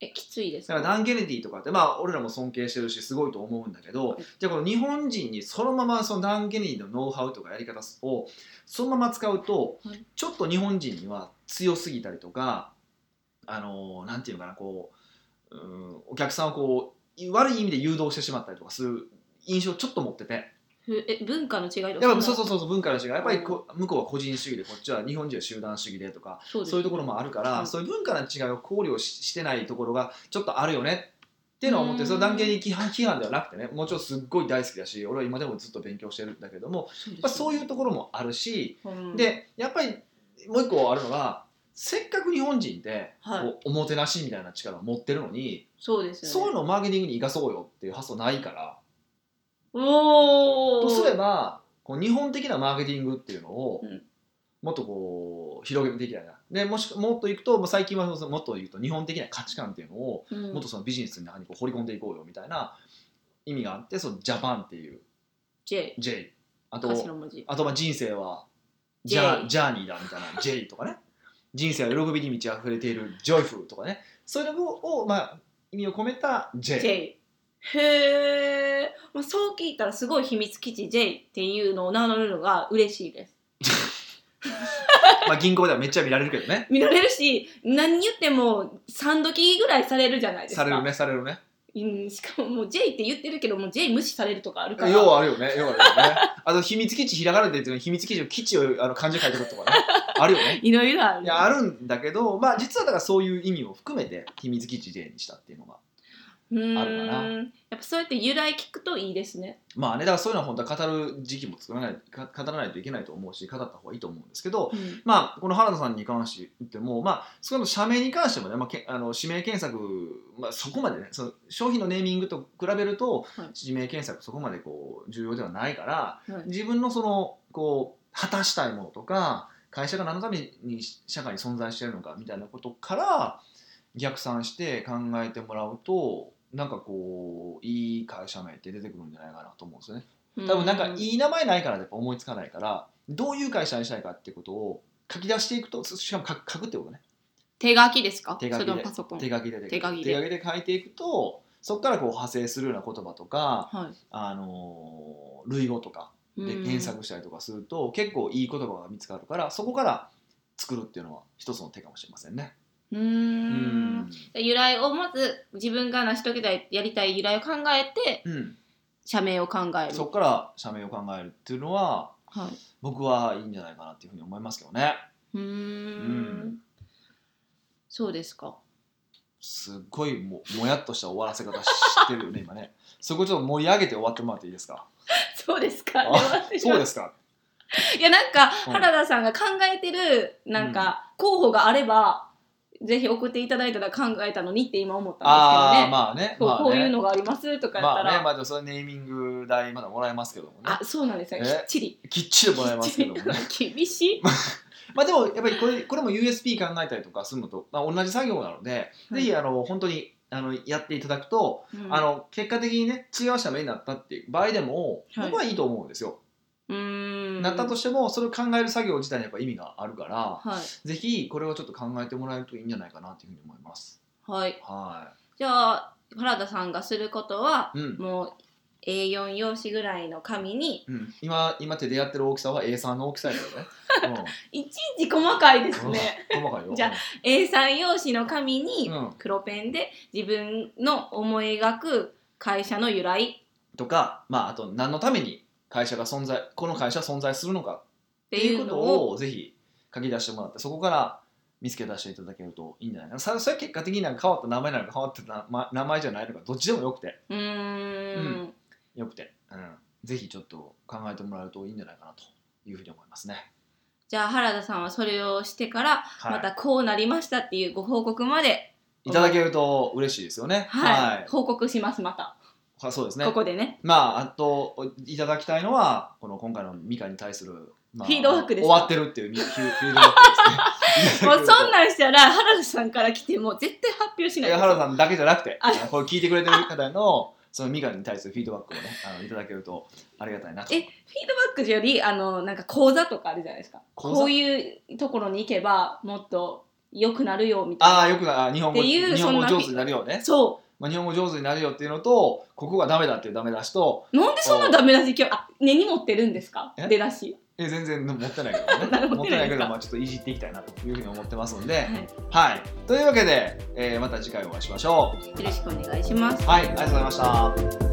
[SPEAKER 2] えきついです
[SPEAKER 1] だからダン・ケネディとかってまあ俺らも尊敬してるしすごいと思うんだけど、
[SPEAKER 2] はい
[SPEAKER 1] じゃあこの日本人にそのままそのダン・ケネディのノウハウとかやり方をそのまま使うと、
[SPEAKER 2] はい
[SPEAKER 1] ちょっと日本人には強すぎたりとかあのなんていうのかなこう、うん、お客さんをこう悪い意味で誘導してしまったりとかする印象をちょっと持ってて
[SPEAKER 2] ふえ文化の違いとか
[SPEAKER 1] やっぱそうそうそうそう文化の違いやっぱりこう向こうは個人主義でこっちは日本人は集団主義でとか
[SPEAKER 2] そうです
[SPEAKER 1] そういうところもあるから、
[SPEAKER 2] うん
[SPEAKER 1] そういう文化の違いを考慮ししてないところがちょっとあるよねっていうのは思って
[SPEAKER 2] うん
[SPEAKER 1] その断言に批判批判ではなくてねもちろんすっごい大好きだし俺は今でもずっと勉強してるんだけども
[SPEAKER 2] そう
[SPEAKER 1] やっぱそう
[SPEAKER 2] い
[SPEAKER 1] いうところもあるし、
[SPEAKER 2] う、うん、
[SPEAKER 1] でやっぱりもう一個あるのがせっかく日本人って
[SPEAKER 2] はい
[SPEAKER 1] こうおもてなしみたいな力を持ってるのに、
[SPEAKER 2] そうですよね
[SPEAKER 1] そういうのをマーケティングに生かそうよっていう発想ないから。
[SPEAKER 2] おー
[SPEAKER 1] とすればこう日本的なマーケティングっていうのを、
[SPEAKER 2] うん
[SPEAKER 1] もっとこう広げていきたいなでもしもっといくともう最近はそのもっと言うと日本的な価値観っていうのを、
[SPEAKER 2] うん
[SPEAKER 1] もっとそのビジネスの中にこう掘り込んでいこうよみたいな意味があってそのジャパンっていう
[SPEAKER 2] J
[SPEAKER 1] J あと
[SPEAKER 2] 頭文字
[SPEAKER 1] あとまあ人生は
[SPEAKER 2] J
[SPEAKER 1] ジャジャーニーだみたいな J とかね人生は喜びに満ち溢れているジョイフルとかねそういうのを、まあ、意味を込めた J,
[SPEAKER 2] J へえ、まあ、そう聞いたらすごい秘密基地 J っていうのを名乗るのが嬉しいです
[SPEAKER 1] まあ、銀行ではめっちゃ見られるけどね
[SPEAKER 2] 見られるし何言っても3時ぐらいされるじゃないですか
[SPEAKER 1] されるねされるね
[SPEAKER 2] うん、しかももう J って言ってるけどもう J 無視されるとかあるか ら
[SPEAKER 1] 要はあるよね。要はあるよね。あと秘密基地ひらがなで言ってるのに秘密基地の基地をあの漢字で書いてくるとかね。あるよね。
[SPEAKER 2] いろいろある
[SPEAKER 1] いやあるんだけど、まあ実はだからそういう意味を含めて秘密基地 J にしたっていうのが。
[SPEAKER 2] うーん
[SPEAKER 1] あるかな
[SPEAKER 2] やっぱそうやって由来聞くといいですね
[SPEAKER 1] まあね、だからそういうのは本当は語る時期も作らない、か語らないといけないと思うし、語った方がいいと思うんですけど、
[SPEAKER 2] うん
[SPEAKER 1] まあこの原田さんに関して言っても、まあその社名に関してもね、まあけあの指名検索、まあそこまでね、その商品のネーミングと比べると、
[SPEAKER 2] はい
[SPEAKER 1] 指名検索そこまでこう重要ではないから、
[SPEAKER 2] はい
[SPEAKER 1] 自分のそのこう果たしたいものとか会社が何のために社会に存在してるのかみたいなことから逆算して考えてもらうとなんかこういい会社名って出てくるんじゃないかなと思うんですよね多分なんかいい名前ないからやっぱ思いつかないからどういう会社にしたいかってことを書き出していくとしかも書く書くってことね
[SPEAKER 2] 手書きですか
[SPEAKER 1] 手書きで
[SPEAKER 2] それともパソコン
[SPEAKER 1] 手書きで
[SPEAKER 2] 手書きで
[SPEAKER 1] 手書きで書いていくとそこからこう派生するような言葉とか、
[SPEAKER 2] は
[SPEAKER 1] あの類語とか
[SPEAKER 2] い
[SPEAKER 1] で
[SPEAKER 2] うん
[SPEAKER 1] 検索したりとかすると結構いい言葉が見つかるからそこから作るっていうのは一つの手かもしれませんね。
[SPEAKER 2] うー
[SPEAKER 1] うん
[SPEAKER 2] 由来をまず自分が成し遂げたいやりたい由来を考えて
[SPEAKER 1] うん、
[SPEAKER 2] 社名を考える
[SPEAKER 1] そこから社名を考えるっていうのは
[SPEAKER 2] はい、
[SPEAKER 1] 僕はいいんじゃないかなっていうふうに思いますけどね。
[SPEAKER 2] うーん
[SPEAKER 1] ん
[SPEAKER 2] そうですか
[SPEAKER 1] すっごいももやっとした終わらせ方してるよね今ね。そこちょっと盛り上げて終わってもらっていいです か。
[SPEAKER 2] そうですか
[SPEAKER 1] あそうですす か。
[SPEAKER 2] いやなんか
[SPEAKER 1] うん
[SPEAKER 2] 原田さんが考えてるなんか候補があれば、ぜひ送っていただいたら考えたのにって今思ったんです
[SPEAKER 1] あ
[SPEAKER 2] け
[SPEAKER 1] あ
[SPEAKER 2] どね,、
[SPEAKER 1] まあね。
[SPEAKER 2] こう
[SPEAKER 1] まあね
[SPEAKER 2] こういうのがありますとかやっ
[SPEAKER 1] ま
[SPEAKER 2] た
[SPEAKER 1] あね
[SPEAKER 2] ら、
[SPEAKER 1] まあでもそれネーミング代まだもらえますけどもね
[SPEAKER 2] あ。そうなんですよ
[SPEAKER 1] え
[SPEAKER 2] きっちり
[SPEAKER 1] きっちりもらえますけどもね。
[SPEAKER 2] 厳しい
[SPEAKER 1] まあでもやっぱりこれこれも USB 考えたりとかするのと、まあ、同じ作業なので、
[SPEAKER 2] はい
[SPEAKER 1] ぜひあの本当にあのやっていただくと、
[SPEAKER 2] うん
[SPEAKER 1] あの結果的にね違う社名になったっていう場合でも
[SPEAKER 2] はい
[SPEAKER 1] 僕はいいと思うんですよ。
[SPEAKER 2] うーん
[SPEAKER 1] なったとしてもそれを考える作業自体にやっぱ意味があるから、
[SPEAKER 2] はい
[SPEAKER 1] ぜひこれをちょっと考えてもらえるといいんじゃないかなというふうに思います。
[SPEAKER 2] はい
[SPEAKER 1] は。
[SPEAKER 2] じゃあ原田さんがすることはい
[SPEAKER 1] うん。
[SPEAKER 2] もう A4 用紙ぐらいの紙に
[SPEAKER 1] うん、今今手でやってる大きさは A3 の大きさやけ どね。
[SPEAKER 2] いちいち細かいで
[SPEAKER 1] う
[SPEAKER 2] す
[SPEAKER 1] ん。
[SPEAKER 2] ね
[SPEAKER 1] うん細かいよ。
[SPEAKER 2] じゃ A3 用紙の紙に、
[SPEAKER 1] うん。
[SPEAKER 2] 黒ペンで自分の思い描く会社の由来
[SPEAKER 1] とか、まああと何のために会社が存在この会社は存在するのか
[SPEAKER 2] っ
[SPEAKER 1] っててい
[SPEAKER 2] いうう
[SPEAKER 1] こと
[SPEAKER 2] のを
[SPEAKER 1] をぜひ書き出してもらってそこから見つけ出していただけるといいんじゃないかなさそれは結果的になんか変わった名前なのか変わったなま名前じゃないのかどっちでもよくて
[SPEAKER 2] うーん
[SPEAKER 1] うよくて、うん、ぜひちょっと考えてもらえるといいんじゃないかなというふうに思いますね。
[SPEAKER 2] じゃあ原田さんはそれをしてから
[SPEAKER 1] はい、
[SPEAKER 2] またこうなりましたっていうご報告まで、
[SPEAKER 1] いただけると嬉しいですよね。
[SPEAKER 2] はい報告しますまた、
[SPEAKER 1] はいあそうですね
[SPEAKER 2] ここでね
[SPEAKER 1] まああといただきたいのはこの今回のミカに対する、まあ、
[SPEAKER 2] フィードバックです
[SPEAKER 1] 終
[SPEAKER 2] か
[SPEAKER 1] わってるっていうフィフィードバックですねいただけると。
[SPEAKER 2] もうそんなんしたら原田さんから来ても絶対発表しない
[SPEAKER 1] いや原田さんだけじゃなくて
[SPEAKER 2] あ
[SPEAKER 1] これ聞いてくれてる方のそのミカに対するフィードバックをねあのいただけるとありがたいなと
[SPEAKER 2] えフィードバックよりあのなんか講座とかあるじゃないですか
[SPEAKER 1] 講座
[SPEAKER 2] こういうところに行けばもっと良くなるよみたいな
[SPEAKER 1] ああよくなあ日本語
[SPEAKER 2] っていう
[SPEAKER 1] 日本語
[SPEAKER 2] そんなフィ
[SPEAKER 1] 上手になるよね、
[SPEAKER 2] そ
[SPEAKER 1] まあ、日本語上手になるよっていうのとここがダメだっていうダメ出しと
[SPEAKER 2] うなんでそんなダメ出し今日あ根に持ってるんですか
[SPEAKER 1] え
[SPEAKER 2] 出だし
[SPEAKER 1] え全然持ってないけどね
[SPEAKER 2] な るほど
[SPEAKER 1] 持ってないけ
[SPEAKER 2] いいです
[SPEAKER 1] ど、
[SPEAKER 2] か
[SPEAKER 1] まあ、ちょっといじっていきたいなというふうに思ってますので
[SPEAKER 2] はい
[SPEAKER 1] はい、というわけで、えーまた次回お会いしましょう
[SPEAKER 2] よろしくお願いします。
[SPEAKER 1] はいありがとうございました